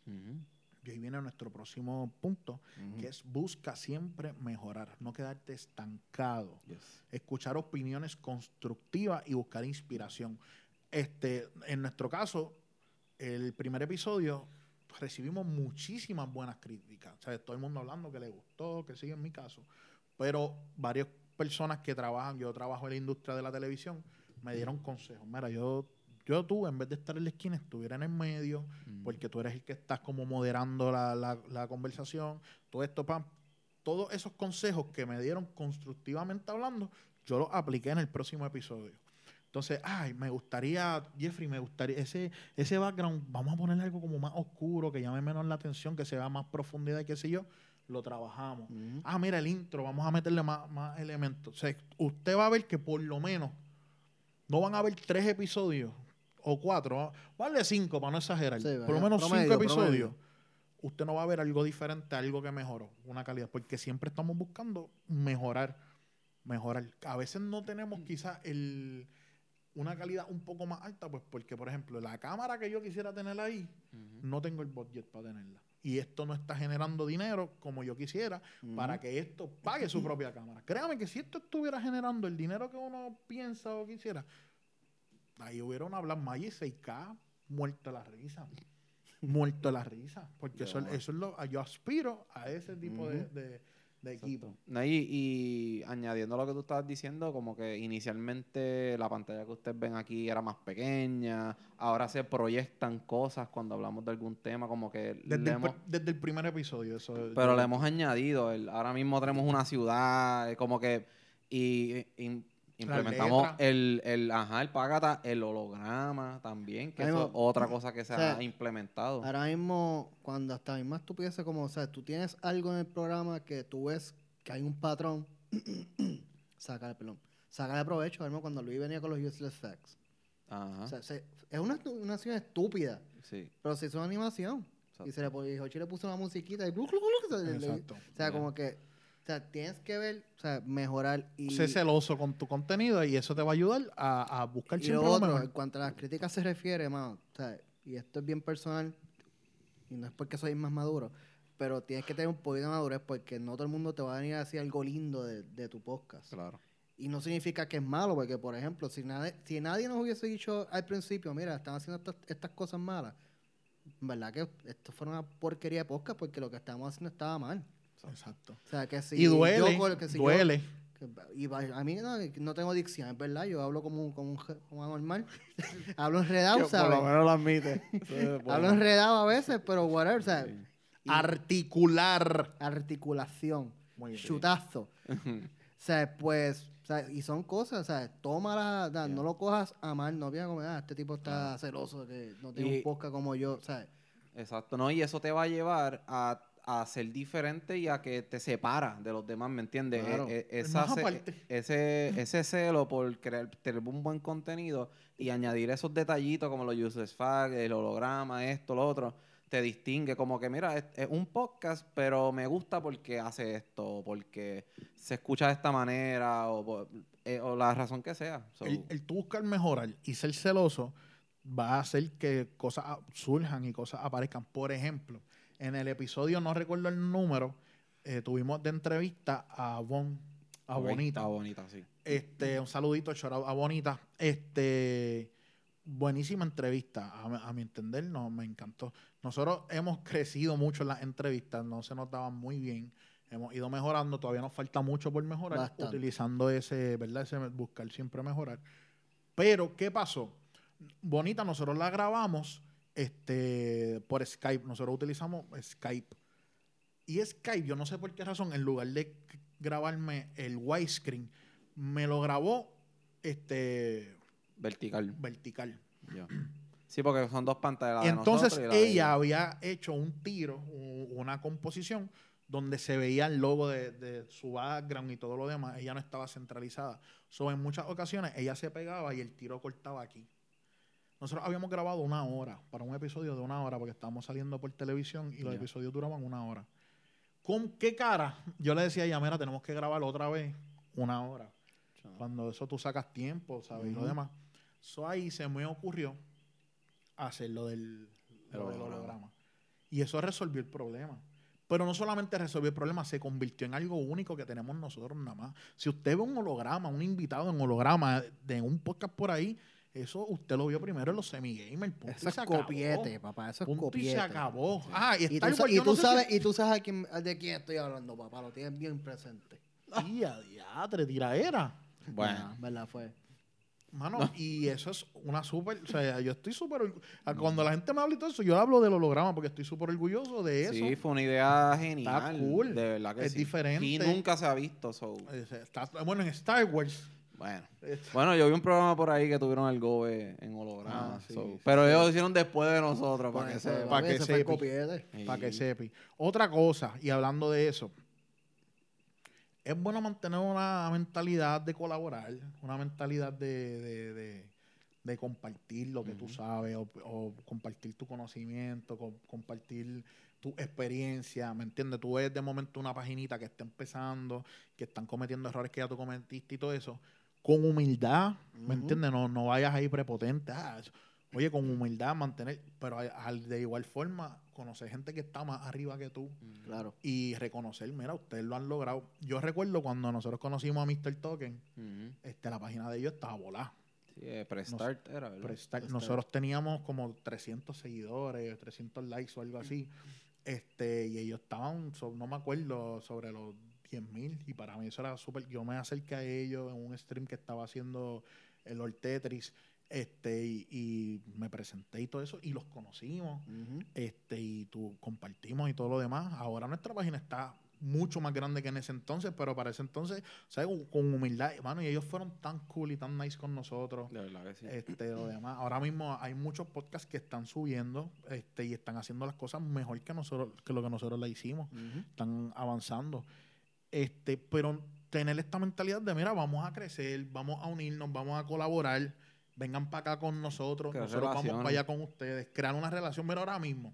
S2: Ujú.
S1: Y ahí viene nuestro próximo punto, que es busca siempre mejorar, no quedarte estancado,
S2: Yes.
S1: escuchar opiniones constructivas y buscar inspiración. Este, en nuestro caso, el primer episodio pues, recibimos muchísimas buenas críticas. O sea, todo el mundo hablando que le gustó, que sigue en mi caso. Pero varias personas que trabajan, yo trabajo en la industria de la televisión, me dieron consejos. Mira, yo, yo tú, en vez de estar en la esquina, estuviera en el medio,
S2: Mm.
S1: porque tú eres el que estás como moderando la, la- la conversación, todo esto, pam. Todos esos consejos que me dieron constructivamente hablando, yo los apliqué en el próximo episodio. Entonces, ay, me gustaría, Jeffrey, me gustaría ese, ese background, vamos a ponerle algo como más oscuro, que llame menos la atención, que se vea más profundidad y qué sé yo, lo trabajamos.
S3: Ujú.
S1: Ah, mira, el intro, vamos a meterle más, más elementos. O sea, usted va a ver que por lo menos no van a haber tres episodios o cuatro, vale cinco para no exagerar,
S3: Sí,
S1: por lo
S3: vaya,
S1: menos
S3: promedio,
S1: cinco episodios.
S3: promedio.
S1: Usted no va a ver algo diferente, algo que mejoró, una calidad, porque siempre estamos buscando mejorar, mejorar. A veces no tenemos quizás el una calidad un poco más alta, pues porque, por ejemplo, la cámara que yo quisiera tener ahí,
S2: Ujú.
S3: Mm-hmm.
S1: no tengo el budget para tenerla. y esto no está generando dinero como yo quisiera
S3: Ujú.
S1: para que esto pague su propia cámara. Créame que si esto estuviera generando el dinero que uno piensa o quisiera, ahí hubiera una Black Magic 6K muerto a la risa. Muerto a la risa. Porque
S2: De
S1: eso,
S2: una.
S1: eso es lo... Yo aspiro a ese tipo de-
S3: Ujú.
S1: de, de equipo.
S2: No, y, y añadiendo lo que tú estabas diciendo, como que inicialmente la pantalla que ustedes ven aquí era más pequeña, ahora se proyectan cosas cuando hablamos de algún tema, como que le
S1: Desde, el,
S2: hemos-
S1: pr- desde el primer episodio. Eso,
S2: pero
S1: yo-
S2: le hemos añadido, el- ahora mismo tenemos una ciudad, eh, como que y, y- im-
S1: Las
S2: implementamos
S1: letras.
S2: el, el, ajá, el págata, el holograma también, que
S3: Ahí
S2: eso
S3: va.
S2: es otra cosa que se
S3: O sea,
S2: ha implementado.
S3: Ahora mismo, cuando hasta hay más estupideces como, o sea, tú tienes algo en el programa que tú ves que hay un patrón, saca perdón, saca de provecho, ahora mismo cuando Luis venía con los useless facts.
S2: Ajá,
S3: O sea, se- es una, estu- una animación estúpida,
S2: sí.
S3: pero se hizo una animación.
S2: exacto.
S3: Y se le, pon- y Hochi le puso una musiquita y glu, glu, glu, glu, se le- le-
S1: Exacto.
S3: O sea,
S2: Ya.
S3: como que, o sea, tienes que ver, o sea, mejorar y...
S1: Sé celoso con tu contenido y eso te va a ayudar a, a buscar
S3: Y lo
S1: siempre lo
S3: otro, en
S1: mejor.
S3: cuanto a las críticas se refiere, mano, o sea, y esto es bien personal, y no es porque soy más maduro, pero tienes que tener un poquito de madurez porque no todo el mundo te va a venir a decir algo lindo de, de tu podcast.
S2: Claro.
S3: Y no significa que es malo, porque, por ejemplo, si nadie, si nadie nos hubiese dicho al principio, mira, están haciendo estas, estas cosas malas, en verdad que esto fue una porquería de podcast porque lo que estábamos haciendo estaba mal.
S1: Exacto.
S3: O sea, que si
S1: y duele,
S3: yo col- que si yo-
S1: duele.
S3: que va- Y va- a mí no, no tengo dicción, es verdad. Yo hablo como un, como un, je- como anormal. hablo enredado, ¿sabes?
S2: menos lo admite.
S3: Hablo enredado a veces, pero whatever, ¿sabes? Y
S1: Articular.
S3: articulación,
S1: Muy bien.
S3: chutazo. O sea, pues, o sea, y son cosas, o sea, tómala, da, no
S2: Yeah.
S3: lo cojas a mal, no veas como, ah, este tipo está celoso, que no tiene
S2: Y-
S3: un podcast como yo, o sea,
S2: Exacto, no, y eso te va a llevar a, a ser diferente y a que te separa de los demás, ¿me entiendes? E-
S3: Claro.
S2: e-
S1: Es
S2: esa
S1: más
S2: ce-
S1: aparte.
S2: ese, ese celo por crear, tener un buen contenido y añadir esos detallitos como los useless facts, el holograma, esto, lo otro, te distingue como que, mira, es, es un podcast, pero me gusta porque hace esto, o porque se escucha de esta manera, o, por- eh, o la razón que sea. So,
S1: El, el tú buscar mejorar y ser celoso va a hacer que cosas a- surjan y cosas aparezcan. Por ejemplo, en el episodio, no recuerdo el número, eh, tuvimos de entrevista a Bon, a
S2: ok,
S1: Bonita.
S2: A Bonita, sí.
S1: Este, un saludito, shout out a Bonita. Este, buenísima entrevista, a, mi- a mi entender, no, me encantó. Nosotros hemos crecido mucho en las entrevistas, no se nos daban muy bien. Hemos ido mejorando, todavía nos falta mucho por mejorar,
S3: Bastante.
S1: utilizando ese, ¿verdad? Ese buscar siempre mejorar. Pero, ¿qué pasó? Bonita, nosotros la grabamos este, por Skype. Nosotros utilizamos Skype. Y Skype, yo no sé por qué razón, en lugar de c- grabarme el widescreen, me lo grabó este,
S2: Vertical.
S1: vertical.
S2: Ya. Sí, porque son dos pantallas. la Ah, de
S1: Entonces
S2: nosotros y la de
S1: ella había hecho un tiro, u- una composición donde se veía el logo de, de su background y todo lo demás. Ella no estaba centralizada. So, en muchas ocasiones ella se pegaba y el tiro cortaba aquí. Nosotros habíamos grabado una hora, para un episodio de una hora, porque estábamos saliendo por televisión y los
S2: Ya.
S1: episodios duraban una hora. ¿Con qué cara? Yo le decía a ella, mira, tenemos que grabar otra vez una hora. Cuando eso tú sacas tiempo, ¿sabes? Y lo
S3: Ujú.
S1: demás. So ahí se me ocurrió hacer lo del,
S2: El
S1: lo del
S2: holograma.
S1: holograma. Y eso resolvió el problema. Pero no solamente resolvió el problema, se convirtió en algo único que tenemos nosotros nada más. Si usted ve un holograma, un invitado en holograma de un podcast por ahí, eso usted lo vio primero en los semigamers. punto, y
S3: eso es
S1: se acabó.
S3: copiete, papá, eso es
S1: Punto y se
S3: copiete.
S1: acabó. Ah, y
S3: Y
S1: está
S3: tú,
S1: el
S3: sa-
S1: gol,
S3: y
S1: yo
S3: tú
S1: no sé si-
S3: sabes, y tú sabes a quién- de quién estoy hablando, papá, lo tienes bien presente.
S1: Sí, a diatre, tiraera.
S2: ella. Bueno.
S1: Ah,
S3: Nah, ¿verdad? Fue.
S1: Mano, y eso es una súper. O sea, yo estoy súper. orgu- a- Cuando la gente me habla y todo eso, yo hablo del holograma porque estoy súper orgulloso de eso.
S2: Sí, fue una idea genial.
S1: cool.
S2: De verdad que
S1: Es
S2: sí.
S1: diferente.
S2: Y nunca se ha visto. so,
S1: Es- está- bueno, en Star Wars.
S2: Bueno.
S1: es-
S2: Bueno, yo vi un programa por ahí que tuvieron el Gobe en holograma.
S1: Ah, sí,
S2: so,
S1: sí,
S2: pero ellos lo hicieron después de nosotros, Pues, para
S3: Por
S2: que
S3: eso,
S2: se
S1: pa'
S3: papi,
S1: que
S3: ese fue
S1: sepi.
S3: copiete.
S1: Para que sepi. Otra cosa, y hablando de eso, es bueno mantener una mentalidad de colaborar, una mentalidad de, de- de- de compartir lo que tú
S2: Ujú.
S1: sabes, o, o compartir tu conocimiento, co- compartir tu experiencia, ¿me entiendes? Tú ves de momento una paginita que está empezando, que están cometiendo errores que ya tú cometiste y todo eso, con humildad, ¿me
S3: Ujú.
S1: entiendes? No, no vayas ahí prepotente. ah, eso. Oye, con humildad mantener, pero a- al- de igual forma, conocer gente que está más arriba que tú
S3: Claro.
S1: y reconocer, mira, ustedes lo han logrado. Yo recuerdo cuando nosotros conocimos a Mr. Token,
S2: Ujú.
S1: este, la página de ellos estaba volada.
S2: Sí, eh, Prestart era, ¿verdad?
S1: Pero está-
S3: Está-
S1: nosotros teníamos como 300 seguidores, 300 likes o algo así. Este, y ellos estaban, so- no me acuerdo, sobre los 10.000. Y para mí eso era súper. Yo me acerqué a ellos en un stream que estaba haciendo el Lord Tetris. Este, y, y me presenté y todo eso. Y los conocimos.
S3: Ujú.
S1: Este, y tú compartimos y todo lo demás. Ahora nuestra página está mucho más grande que en ese entonces, pero para ese entonces, ¿sabes? Con- Con humildad, hermano, y ellos fueron tan cool y tan nice con nosotros
S2: De verdad que sí.
S1: este lo demás ahora mismo hay muchos podcasts que están subiendo este y están haciendo las cosas mejor que nosotros que lo que nosotros le hicimos
S3: Ujú.
S1: están avanzando este pero tener esta mentalidad de mira vamos a crecer vamos a unirnos vamos a colaborar vengan para acá con nosotros
S2: Crear
S1: nosotros vamos
S2: relaciones.
S1: para allá con ustedes crear una relación pero ahora mismo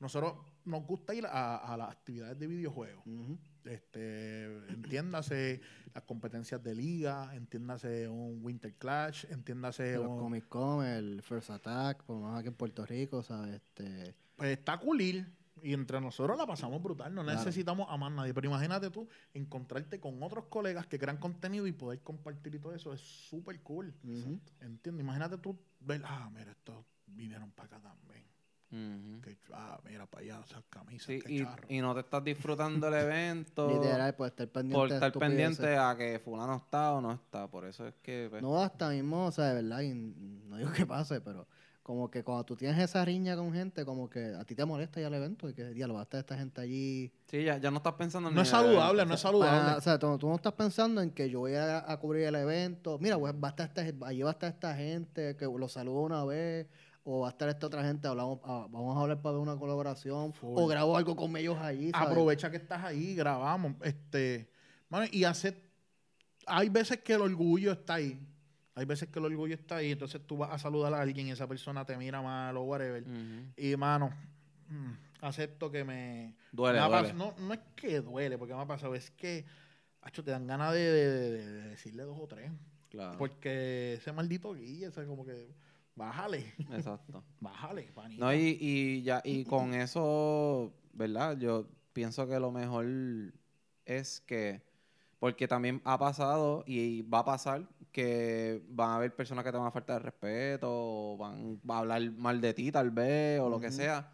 S1: nosotros nos gusta ir a, a las actividades de videojuegos
S3: Ujú.
S1: este, entiéndase las competencias de liga, entiéndase un Winter Clash, entiéndase
S3: Los
S1: un,
S3: Comic Con, el First Attack, por lo menos aquí en Puerto Rico, ¿sabes? Este,
S1: pues está culir y entre nosotros la pasamos brutal, no
S3: Claro.
S1: necesitamos a más nadie, pero imagínate tú encontrarte con otros colegas que crean contenido y poder compartir y todo eso, es súper cool,
S3: ujú.
S1: ¿entiendes? Imagínate tú ver, ah, mira, estos vinieron para acá también,
S2: Ujú.
S1: que, ah, mira para allá, esas camisas,
S2: Sí,
S1: qué
S2: y,
S1: charro.
S2: y no te estás disfrutando el evento
S3: Literal, por estar pendiente.
S2: por
S3: de
S2: estar
S3: estupideces.
S2: pendiente a que fulano está o no está. Por eso es que... pues,
S3: No, hasta mismo, o sea, de verdad, y no digo que pase, pero como que cuando tú tienes esa riña con gente, como que a ti te molesta ya el evento y que, diablo, va a estar esta gente allí.
S2: Sí, ya, ya no estás pensando
S1: No es saludable, no es
S3: Para-
S1: saludable.
S3: Ah, o sea, tú, tú no estás pensando en que yo voy a, a cubrir el evento. Mira, pues, va a estar esta, allí va a estar esta gente que lo saludo una vez. O va a estar esta otra gente, hablamos, ah, vamos a hablar para ver una colaboración.
S1: Full.
S3: O grabo algo con ellos allí. ¿sabes?
S1: aprovecha que estás ahí, grabamos, este, mano, y hace, hay veces que el orgullo está ahí, hay veces que el orgullo está ahí, entonces tú vas a saludar a alguien y esa persona te mira mal o whatever,
S2: Ujú.
S1: y mano, mm, acepto que me,
S2: Duele,
S1: me ha pas-
S2: duele.
S1: No, no es que duele, porque me ha pasado, es que, acho, te dan ganas de, de- de- de decirle dos o tres,
S2: Claro,
S1: porque ese maldito guille, ese como que, bájale,
S2: exacto.
S1: bájale, panita.
S2: No, y, y ya, y con eso, ¿verdad? Yo pienso que lo mejor es que, porque también ha pasado y va a pasar que van a haber personas que te van a faltar de respeto, o van va a hablar mal de ti tal vez, o lo que
S3: Ujú.
S2: sea.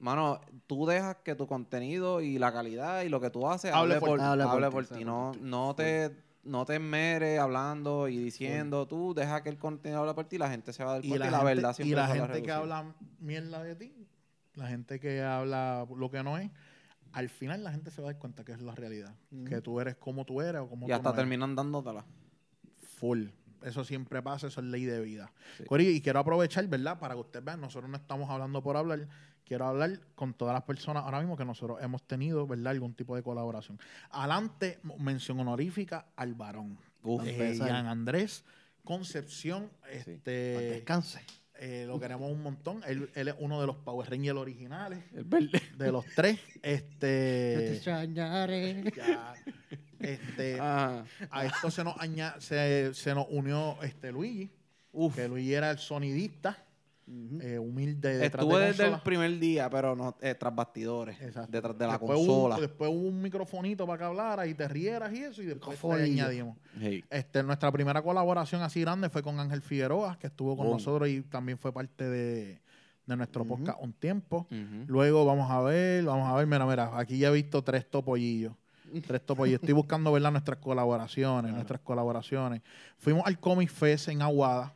S2: Mano, tú dejas que tu contenido y la calidad y lo que tú haces
S1: Hable
S2: hable
S1: por
S2: por,
S3: ti. Hable por
S2: hable
S3: ti,
S2: por ti.
S3: hable
S2: No,
S3: por ti.
S2: no te no te enmeres hablando y diciendo, tú deja que el contenido hable por ti, la gente se va a dar
S1: y
S2: cuenta
S1: la,
S2: y la
S1: gente,
S2: verdad
S1: y
S2: siempre
S1: la
S2: sale a
S1: gente que
S2: relucir.
S1: habla mierda de ti, la gente que habla lo que no es, al final la gente se va a dar cuenta que es la realidad.
S3: Ujú.
S1: Que tú eres como tú eres o como
S2: Y
S1: tú
S2: hasta
S1: no eres.
S2: terminan dándotela.
S1: Full. Eso siempre pasa, eso es ley de vida.
S2: Sí.
S1: Corillo, y quiero aprovechar, ¿verdad? Para que ustedes vean, nosotros no estamos hablando por hablar. Quiero hablar con todas las personas ahora mismo que nosotros hemos tenido, ¿verdad? Algún tipo de colaboración. Adelante, m- mención honorífica al varón.
S2: Uf,
S1: Eh,
S3: empezar.
S1: Jean Andrés Concepción,
S3: Para que
S1: este...
S3: descanse.
S1: Eh, lo queremos un montón. Él, él es uno de los Power Rangers originales,
S2: el verde.
S1: de los tres.
S3: Yo te
S1: Este,
S3: extrañaré.
S1: ya, este,
S2: Ah,
S1: a esto se nos, aña- se, se nos unió este Luigi,
S2: uf.
S1: que Luigi era el sonidista,
S3: Ujú.
S1: eh, humilde detrás
S2: Estuve
S1: de
S2: desde el
S1: consola.
S2: primer día, pero no eh, tras bastidores.
S1: Exacto.
S2: Detrás de la
S1: Después hubo un-
S2: consola.
S1: después hubo un microfonito para que hablara y te rieras y eso, y después te
S3: Microfonillo.
S1: añadimos.
S2: Hey.
S1: Este, nuestra primera colaboración así grande fue con Ángel Figueroa, que estuvo con
S2: Boom.
S1: nosotros y también fue parte de, de nuestro
S3: Ujú.
S1: podcast un tiempo.
S2: Ujú.
S1: Luego vamos a ver, vamos a ver, mira, mira, aquí ya he visto tres topollillos. Tres topollillos. Estoy buscando, ¿verdad? Nuestras colaboraciones,
S3: Claro.
S1: nuestras colaboraciones. Fuimos al Comic Fest en Aguada.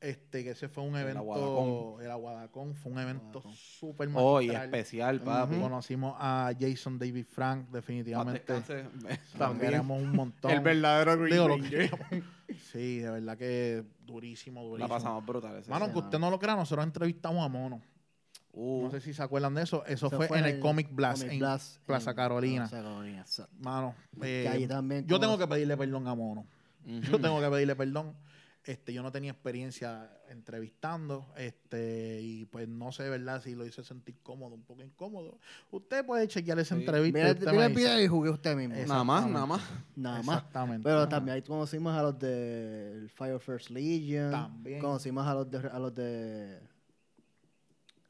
S1: Este, que ese fue un
S2: El
S1: evento,
S2: Aguadacón.
S1: el Aguadacón, fue un evento
S3: Aguadacón.
S1: súper
S2: Oh, y
S1: magistral.
S2: especial, papi.
S3: Ujú.
S1: Conocimos a Jason David Frank,
S2: Paz
S1: definitivamente.
S2: descanse.
S1: Lo
S2: También.
S1: queremos un montón.
S2: El verdadero Green
S1: Digo, lo
S2: Ranger.
S1: queremos. Sí, de verdad que durísimo, durísimo.
S2: La pasamos brutal. ese
S1: Mano,
S2: día.
S1: que usted no lo crea, nosotros entrevistamos a Mono.
S2: Uh,
S1: No sé si se acuerdan de eso. Eso
S3: Eso
S1: fue, en el, Comic Blast,
S3: Comic
S1: en
S3: Blast
S1: Plaza
S3: en
S1: Carolina.
S3: Plaza Carolina, exacto.
S1: Mano, eh,
S3: Que allí también Mm.
S1: yo
S3: como-
S1: tengo que pedirle perdón a Mono.
S2: ujú.
S1: Yo tengo que pedirle perdón. Este, yo no tenía experiencia entrevistando, este, y pues no sé, ¿verdad? Si lo hice sentir cómodo, un poco incómodo. Usted puede chequear esa
S2: Sí.
S1: entrevista.
S3: Mira,
S1: y usted
S3: mira
S1: me
S3: el
S1: dice.
S3: video y jugué usted mismo.
S1: Exacto.
S2: Nada más, nada más.
S3: Nada más.
S1: Exactamente.
S3: Pero también ahí conocimos a los de Fire First Legion.
S1: También.
S3: Conocimos a los de, a los de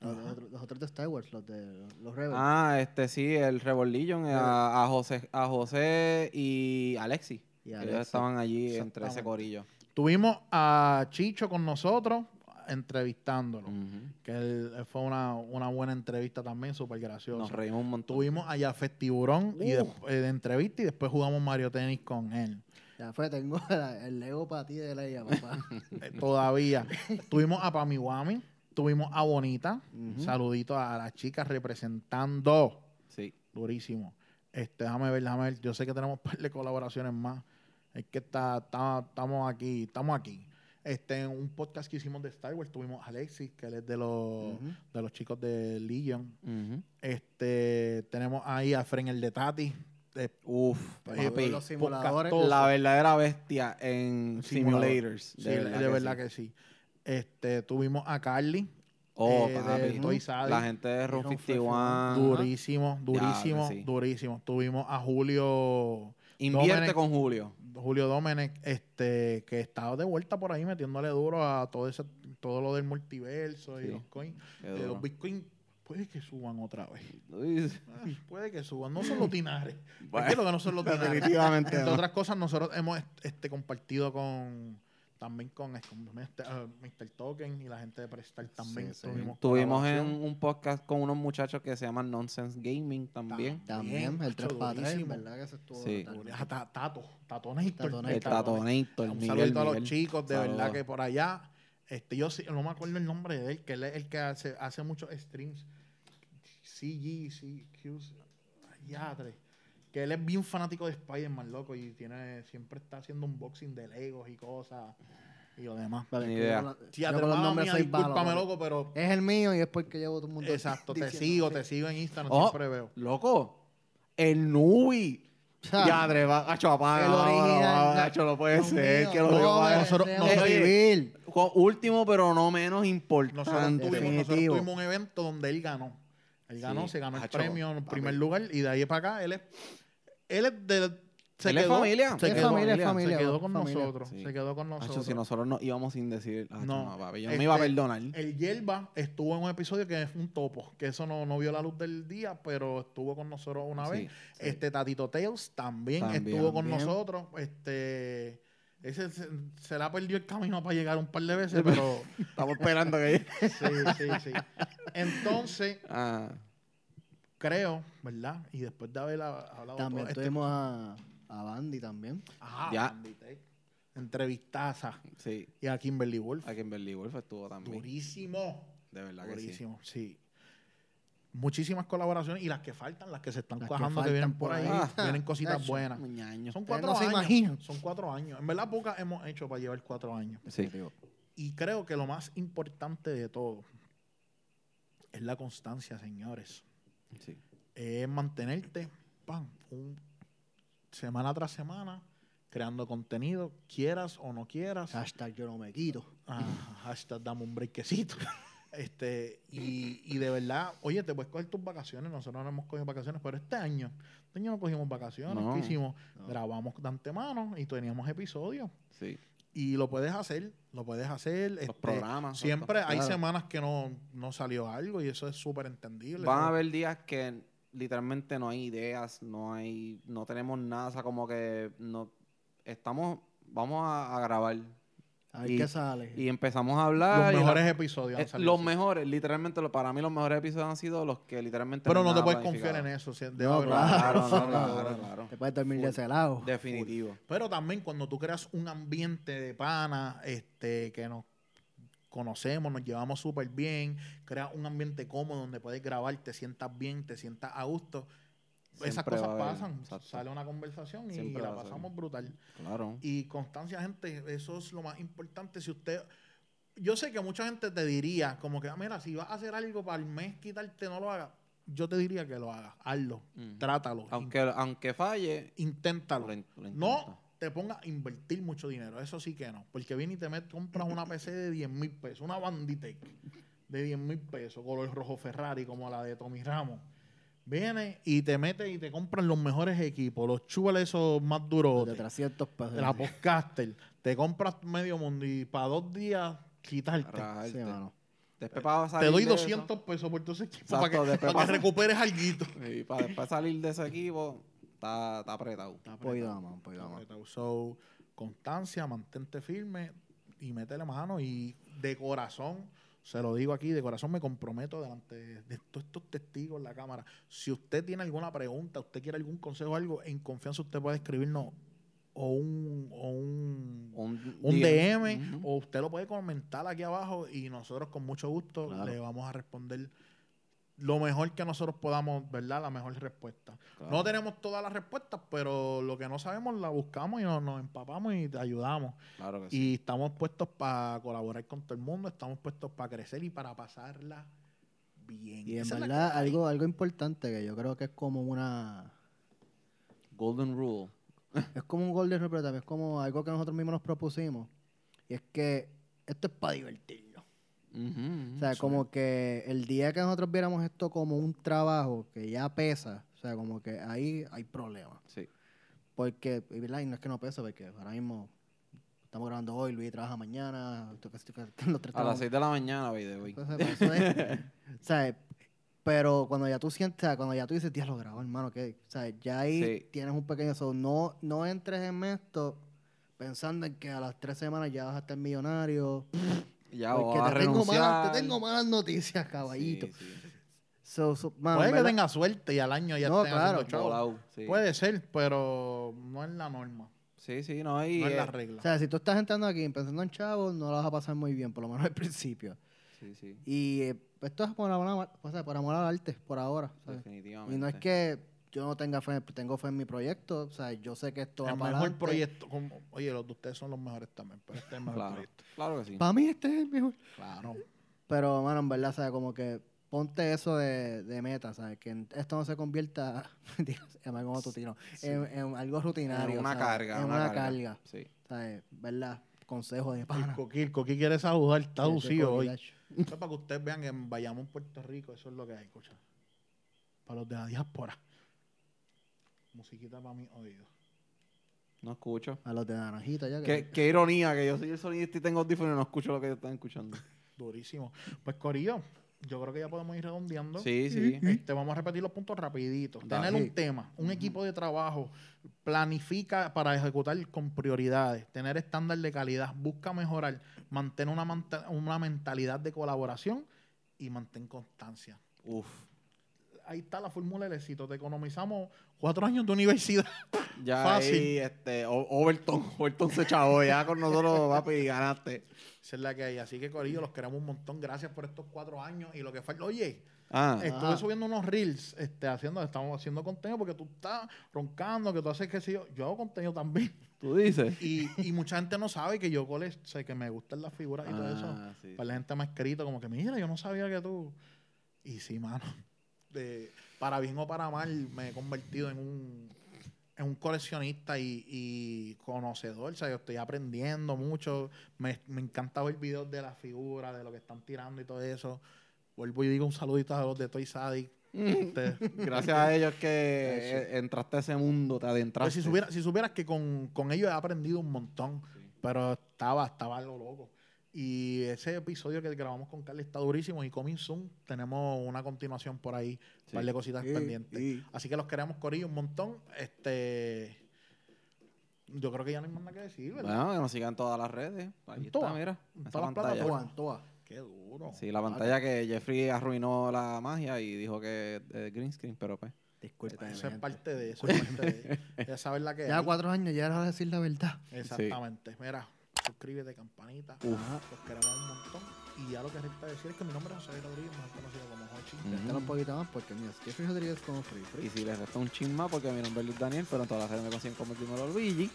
S3: Los, otros- los otros de Star Wars, los de los Rebels.
S2: Ah, este sí, el Revolution eh, a, a José, a José y Alexi.
S3: Y
S2: Ellos
S3: Alexis.
S2: estaban allí entre
S1: Exactamente.
S2: ese corillo.
S1: Tuvimos a Chicho con nosotros entrevistándolo.
S3: Mm.
S2: Ujú.
S1: Que él- fue una, una buena entrevista también, súper graciosa.
S2: Nos reímos un montón.
S1: Tuvimos a Yafet Tiburón y
S3: Uh.
S1: desp- eh, de entrevista y después jugamos Mario Tenis con él.
S3: Ya fue, tengo la- el Lego para ti de Leia, papá.
S1: Eh, todavía. tuvimos a Pamiwami, tuvimos a Bonita.
S3: Ujú.
S1: Saludito a las chicas representando.
S2: Sí.
S1: Durísimo. Este, déjame ver, déjame ver. Yo sé que tenemos un par de colaboraciones más. Es que está, está- estamos aquí, estamos aquí. Este, en un podcast que hicimos de Star Wars tuvimos a Alexis, que él es de los,
S3: Ujú.
S1: de los chicos de Legion.
S2: Ujú.
S1: Este, tenemos ahí a Fren el de Tati. de-
S2: Uf,
S1: Eh,
S3: Papi,
S2: papi,
S3: los simuladores.
S1: podcast-
S2: la verdadera bestia en
S1: Simulador.
S2: simulators.
S1: sí, de,
S2: que
S1: verdad
S2: sí.
S1: que sí. Este, tuvimos a Carly,
S2: Oh,
S1: eh, de
S2: papi.
S1: Toy Sadi.
S2: La gente de Room
S3: Room
S2: 51.
S1: durísimo, durísimo,
S2: sí.
S1: durísimo. Tuvimos a Julio,
S2: Invierte
S1: Dominic.
S2: con Julio.
S1: Julio Domenech, este, que estaba de vuelta por ahí metiéndole duro a todo ese, todo lo del multiverso y
S2: Sí.
S1: los coins.
S2: Qué
S1: Eh, los
S2: duro.
S1: bitcoins puede que suban otra vez.
S2: Uy,
S1: Ah, puede que suban. No son los dinares.
S2: Bueno,
S1: es que lo que no son los dinares.
S2: Definitivamente.
S1: Entre
S2: no.
S1: otras cosas, nosotros hemos este, compartido con también con, con este, ah, Mr. Token y la gente de Prestar también.
S3: Sí, sí.
S1: Tuvimos,
S2: Tuvimos en
S1: colaboración.
S2: un podcast con unos muchachos que se llaman Nonsense Gaming también.
S3: También, el
S1: macho,
S3: 3 para 3,
S1: durísimo.
S3: ¿verdad? Que eso estuvo
S2: Sí.
S3: brutal.
S1: A Ah, Ta- Tato, Tato Néstor.
S3: Tato
S2: El
S3: Néstor. Pues
S2: Tatonator,
S1: Un
S2: Miguel,
S1: saludito a
S2: Miguel.
S1: los chicos, de verdad
S2: Saludos.
S1: que por allá. Este, yo sí- no me acuerdo el nombre de él, que él es el que hace, hace muchos streams. CG, CQ, yadre. Que él es bien fanático de Spider-Man, loco, y tiene, siempre está haciendo unboxing de Legos y cosas y lo demás.
S3: Vale,
S2: Ni
S3: es que yo
S2: idea.
S3: con la-
S1: Sí,
S3: yo con
S1: atrás,
S3: los
S1: mala
S3: nombres
S1: mía,
S3: soy malo,
S1: discúlpame,
S3: papi.
S1: loco, pero.
S3: Es el mío y es porque llevo todo el mundo.
S1: Exacto, te
S3: diciendo,
S1: sigo,
S3: sí.
S1: te sigo en Instagram,
S2: Oh.
S1: siempre veo.
S2: Loco, el Nubi.
S3: Ah.
S2: Yadre, va, acho, apaga,
S3: El
S2: vámonos,
S3: original,
S2: vámonos,
S3: la-
S2: acho, no puede
S3: Dios
S2: ser.
S3: mío,
S2: que lo
S3: no,
S2: digo,
S3: me
S2: va-
S1: nosotros-
S3: deseo
S1: nosotros-
S3: vivir.
S2: Con- Último, pero no menos
S1: Nosotros
S2: importante.
S1: tuvimos, nosotros
S3: definitivo.
S1: tuvimos un evento donde él ganó. Él ganó,
S2: Ah, Sí.
S1: se ganó el
S2: Hacho,
S1: premio en
S2: papi.
S1: primer lugar y de ahí para acá él es. Él es de. Se
S2: Él es
S1: quedó,
S2: familia.
S1: Se
S3: Es
S1: quedó,
S3: familia, es
S1: se
S3: familia,
S1: quedó con
S3: familia.
S1: nosotros.
S2: Sí.
S1: Se quedó con
S2: Acho,
S1: nosotros.
S2: si nosotros no íbamos sin decir, acho,
S1: No.
S2: no, papi, yo no
S1: Este,
S2: me iba a perdonar.
S1: El Yelba estuvo en un episodio que es un topo, que eso no, no vio la luz del día, pero estuvo con nosotros una
S2: Sí,
S1: vez.
S2: sí.
S1: Este Tatito Tales también,
S2: También.
S1: estuvo con
S3: También.
S1: nosotros. Este. Ese se, se le ha perdido el camino para llegar un par de veces, pero.
S2: Estamos esperando que
S1: sí, sí, sí. Entonces,
S2: Ah,
S1: creo, ¿verdad? Y después de haber ha- hablado
S3: También
S1: todo
S3: tuvimos a, a Bandy también.
S1: Ah,
S2: Ya.
S1: Andy Tech. entrevistaza
S2: sí.
S1: y a Kimberly Wolf.
S2: A Kimberly Wolf estuvo también.
S1: Durísimo.
S2: De verdad que sí.
S1: Durísimo, sí. Muchísimas colaboraciones y las que faltan, las que se están
S3: Las que
S1: cuajando, que,
S3: faltan
S1: vienen por
S3: por
S1: ahí,
S2: ahí. Ah,
S1: vienen cositas
S3: tacho,
S1: buenas.
S2: Muñaño.
S1: Son
S3: Ustedes
S1: cuatro
S3: no se
S1: años.
S3: imaginan.
S1: Son cuatro años. En verdad, pocas hemos hecho para llevar cuatro años.
S2: Sí.
S1: Y creo que lo más importante de todo es la constancia, señores.
S2: sí.
S1: es mantenerte pam, un- semana tras semana creando contenido, quieras o no quieras.
S3: Hashtag yo no me quito.
S1: Ah, hashtag dame un brequecito. Este, y, y de verdad, oye, te puedes coger tus vacaciones. Nosotros no hemos cogido vacaciones, pero este año, este año no cogimos vacaciones.
S2: No.
S1: ¿Qué hicimos?
S3: No.
S1: Grabamos de antemano y teníamos episodios.
S2: Sí.
S1: Y lo puedes hacer, lo puedes hacer.
S2: Los
S1: este,
S2: programas. son-
S1: siempre hay
S3: claro.
S1: semanas que no, no salió algo y eso es súper entendible.
S2: Van a haber días que literalmente no hay ideas, no hay, no tenemos nada, o sea, como que no estamos, vamos a, a grabar
S3: A ver
S2: Y-
S3: qué sale.
S2: y empezamos a hablar.
S1: Los
S2: y la-
S1: mejores episodios. han
S2: eh,
S1: salido
S2: los
S1: así.
S2: mejores, literalmente, lo- para mí los mejores episodios han sido los que literalmente.
S1: Pero
S2: hay
S1: no te
S2: nada
S1: puedes confiar en
S2: planificado.
S1: eso. si- debe
S3: No,
S1: haber-
S2: Claro,
S3: Claro,
S2: no, claro, claro, claro.
S3: Te puedes dormir
S2: Full.
S3: de ese lado.
S2: Definitivo.
S1: Pero también cuando tú creas un ambiente de pana, este, que nos conocemos, nos llevamos súper bien, creas un ambiente cómodo donde puedes grabar, te sientas bien, te sientas a gusto. Esas
S2: Siempre va
S1: cosas
S2: a haber,
S1: pasan,
S2: exacto.
S1: sale una conversación y
S2: Siempre
S1: la
S2: va a salir.
S1: pasamos brutal.
S2: Claro.
S1: Y constancia, gente, eso es lo más importante. Si usted, yo sé que mucha gente te diría, como que, "Ah, mira, si vas a hacer algo para el mes quitarte, no lo hagas. Yo te diría que lo hagas, hazlo,
S2: Ujú.
S1: trátalo,
S2: Mm. Aunque, aunque falle,
S1: in- inténtalo.
S2: lo in- lo intenta.
S1: No te pongas a invertir mucho dinero, eso sí que no. Porque viene y te met- compras una PC de 10 mil pesos, una Banditech de 10 mil pesos, color rojo Ferrari, como la de Tommy Ramos. Viene y te mete y te compran los mejores equipos, los chubales esos más duros,
S3: De 300 pesos.
S1: la Podcaster. Te compras medio mundo y para dos días quitarte.
S2: Rajarte.
S3: Sí, mano.
S2: este, Después para
S1: Te
S2: salir
S1: doy
S2: de eso-
S1: 200 pesos por tus equipos
S2: Exacto,
S1: para que, para
S2: después
S1: que
S2: pasa-
S1: recuperes algo.
S2: Y para después salir de ese equipo, está, está apretado.
S3: Pues dama, pues
S1: Está
S3: dama.
S1: apretado. So, constancia, mantente firme y métele mano. Y de corazón, se lo digo aquí, de corazón me comprometo delante de, de todos estos testigos en la cámara. Si usted tiene alguna pregunta, usted quiere algún consejo o algo, en confianza usted puede escribirnos o un, o un,
S2: Un,
S1: un DM
S2: Ujú.
S1: o usted lo puede comentar aquí abajo y nosotros con mucho gusto
S3: Claro.
S1: le vamos a responder lo mejor que nosotros podamos, ¿verdad? La mejor respuesta.
S2: Claro.
S1: No tenemos todas las respuestas, pero lo que no sabemos la buscamos y nos, nos empapamos y te ayudamos.
S2: Claro que sí.
S1: Y estamos puestos para colaborar con todo el mundo, estamos puestos para crecer y para pasarla bien.
S3: Y en
S1: Esa es la
S3: verdad,
S1: clave.
S3: algo, algo importante que yo creo que es como una.
S2: Golden Rule.
S3: Es como un golden rule, pero también es como algo que nosotros mismos nos propusimos. Y es que esto es para divertirnos.
S2: Ujú, ujú.
S1: Mm,
S3: O sea, como que el día que nosotros viéramos esto como un trabajo que ya pesa, o sea, como que ahí hay problemas.
S2: Sí.
S3: Porque, y ¿verdad? Y no es que no pesa, porque ahora mismo estamos grabando hoy, Luis trabaja mañana, tú- que- que- los tres
S2: A las
S3: trabajamos-
S2: 6 de la mañana, video. hoy.
S3: Entonces, pues, eso es- o sea, pero cuando ya tú sientes, o sea, cuando ya tú dices, Dios, lo grabó, hermano, que, o sea, ya ahí
S2: Sí.
S3: tienes un pequeño so, no, no entres en esto pensando en que a las tres semanas ya vas a estar millonario.
S2: Ya
S1: pues,
S2: o
S3: porque
S2: vas a
S3: te tengo, malas,
S2: renunciar.
S3: te tengo malas noticias, caballito.
S2: Sí, sí.
S3: So, so, mano,
S1: Puede que
S3: ¿verdad?
S1: tenga suerte y al año ya
S3: No,
S1: estén
S3: claro.
S1: haciendo chavo.
S2: Volado, sí.
S1: Puede ser, pero no es la norma,
S2: Sí, sí, no eh, hay.
S1: no es la regla.
S3: O sea, si tú estás entrando aquí pensando en chavos, no la vas a pasar muy bien, por lo menos al principio.
S2: sí, sí,
S3: Y eh, esto es por amor, a- o sea, por amor al arte, por ahora. ¿sabes?
S2: definitivamente.
S3: Y no es que yo no tenga fe, tengo fe en mi proyecto, o sea, yo sé que esto va
S1: el
S3: para
S1: mejor proyecto. como- oye, los de ustedes son los mejores también, pero este es el mejor
S2: Claro,
S1: proyecto.
S2: claro que sí.
S3: Para mí este es el mejor.
S1: Claro.
S3: Pero, mano, en verdad, o sea, como que ponte eso de, de meta, ¿sabes? Que en- esto no se convierta, Dios, en algo rutino, en, en algo rutinario.
S2: En una
S3: ¿sabes?
S2: carga.
S3: En una, carga.
S2: Sí.
S3: ¿sabes? ¿Verdad? Consejo de
S1: El
S3: pana.
S1: Coqui, el Coqui quiere saludar, está
S3: Sí,
S1: lucido
S3: coqui,
S1: hoy.
S3: tacho.
S1: Esto es para que ustedes vean que en Bayamón, Puerto Rico, eso es lo que hay, escucha. Para los de la diáspora. Musiquita para mis oídos.
S2: No escucho.
S3: A los de naranjita ya.
S2: Qué, qué ironía que yo soy el sonidista y tengo audífonos y no escucho lo que ellos están escuchando.
S1: Durísimo. Pues Corillo, yo creo que ya podemos ir redondeando.
S2: Sí, sí.
S1: Este, vamos a repetir los puntos rapidito.
S2: Dale.
S1: Tener un tema, un equipo de trabajo, planifica para ejecutar con prioridades, tener estándar de calidad, busca mejorar, mantén una, manta- una mentalidad de colaboración y mantén constancia.
S2: Uf.
S1: Ahí está la fórmula del éxito. Te economizamos cuatro años de universidad.
S2: Ya
S1: Fácil.
S2: ahí, este, O- Overton, Overton se chavó ya con nosotros, papi, y ganaste.
S1: Esa es la que hay. Así que, Corillo, los queremos un montón. Gracias por estos cuatro años y lo que falta. Oye,
S2: Ah,
S1: Estuve
S3: Ah.
S1: subiendo unos reels, este, haciendo, estamos haciendo contenido porque tú estás roncando, que tú haces que si yo, yo hago contenido también.
S2: tú dices.
S1: Y, y mucha gente no sabe que yo cole, sé que me gustan las figuras y todo eso.
S2: Ah, sí.
S1: Para la gente me ha escrito como que, mira, yo no sabía que tú. Y sí, mano. de- para bien o para mal, me he convertido en un, en un coleccionista y, y conocedor. O sea, yo estoy aprendiendo mucho. Me, me encanta ver videos de las figuras, de lo que están tirando y todo eso. Vuelvo y digo un saludito a los de Toy Sadic. Ustedes-
S2: Gracias a ellos que eh, entraste a ese mundo, te adentraste.
S1: Pues si, supiera- si supieras que con, con ellos he aprendido un montón,
S2: Sí.
S1: pero estaba, estaba algo loco. Y ese episodio que grabamos con Carly está durísimo y Coming Soon tenemos una continuación por ahí,
S2: Sí.
S1: un par de cositas
S3: Y-
S1: pendientes.
S3: y-
S1: Así que los queremos, Corillo, un montón. Este, yo creo que ya no hay más nada que decir, ¿verdad?
S2: Bueno, que nos sigan todas las redes. Ahí
S1: En
S2: está,
S1: todas,
S2: mira.
S1: en
S2: esa
S1: todas las
S2: pantalla.
S1: plataformas. Ah,
S3: Juan, toa.
S1: Qué duro.
S2: Sí, la pantalla que Jeffrey arruinó la magia y dijo que eh, green screen, pero pues.
S3: Disculpen.
S1: Eso es
S3: gente.
S1: parte de eso. Es parte de, ya sabes la que
S3: Ya
S1: hay.
S3: cuatro años, ya era hora de decir la verdad.
S1: Exactamente. Mira, suscríbete, campanita.
S2: Uf.
S1: Los queremos un montón. Y ya lo que resta decir es que mi nombre es José Rodríguez, más conocido como Hochi.
S3: Dale un poquito más porque mira, es que Jeffrey Rodríguez como free free.
S2: Y si les resta un chin más, porque mi nombre es Luis Daniel, pero en todas las redes me consiguen como el primero Luigi.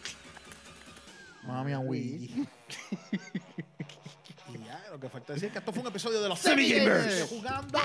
S1: Mami, a Luigi. y ya, lo que falta decir es que esto fue un episodio de los Semi
S3: Semi
S1: Gamers.
S3: Gamers.
S1: Jugando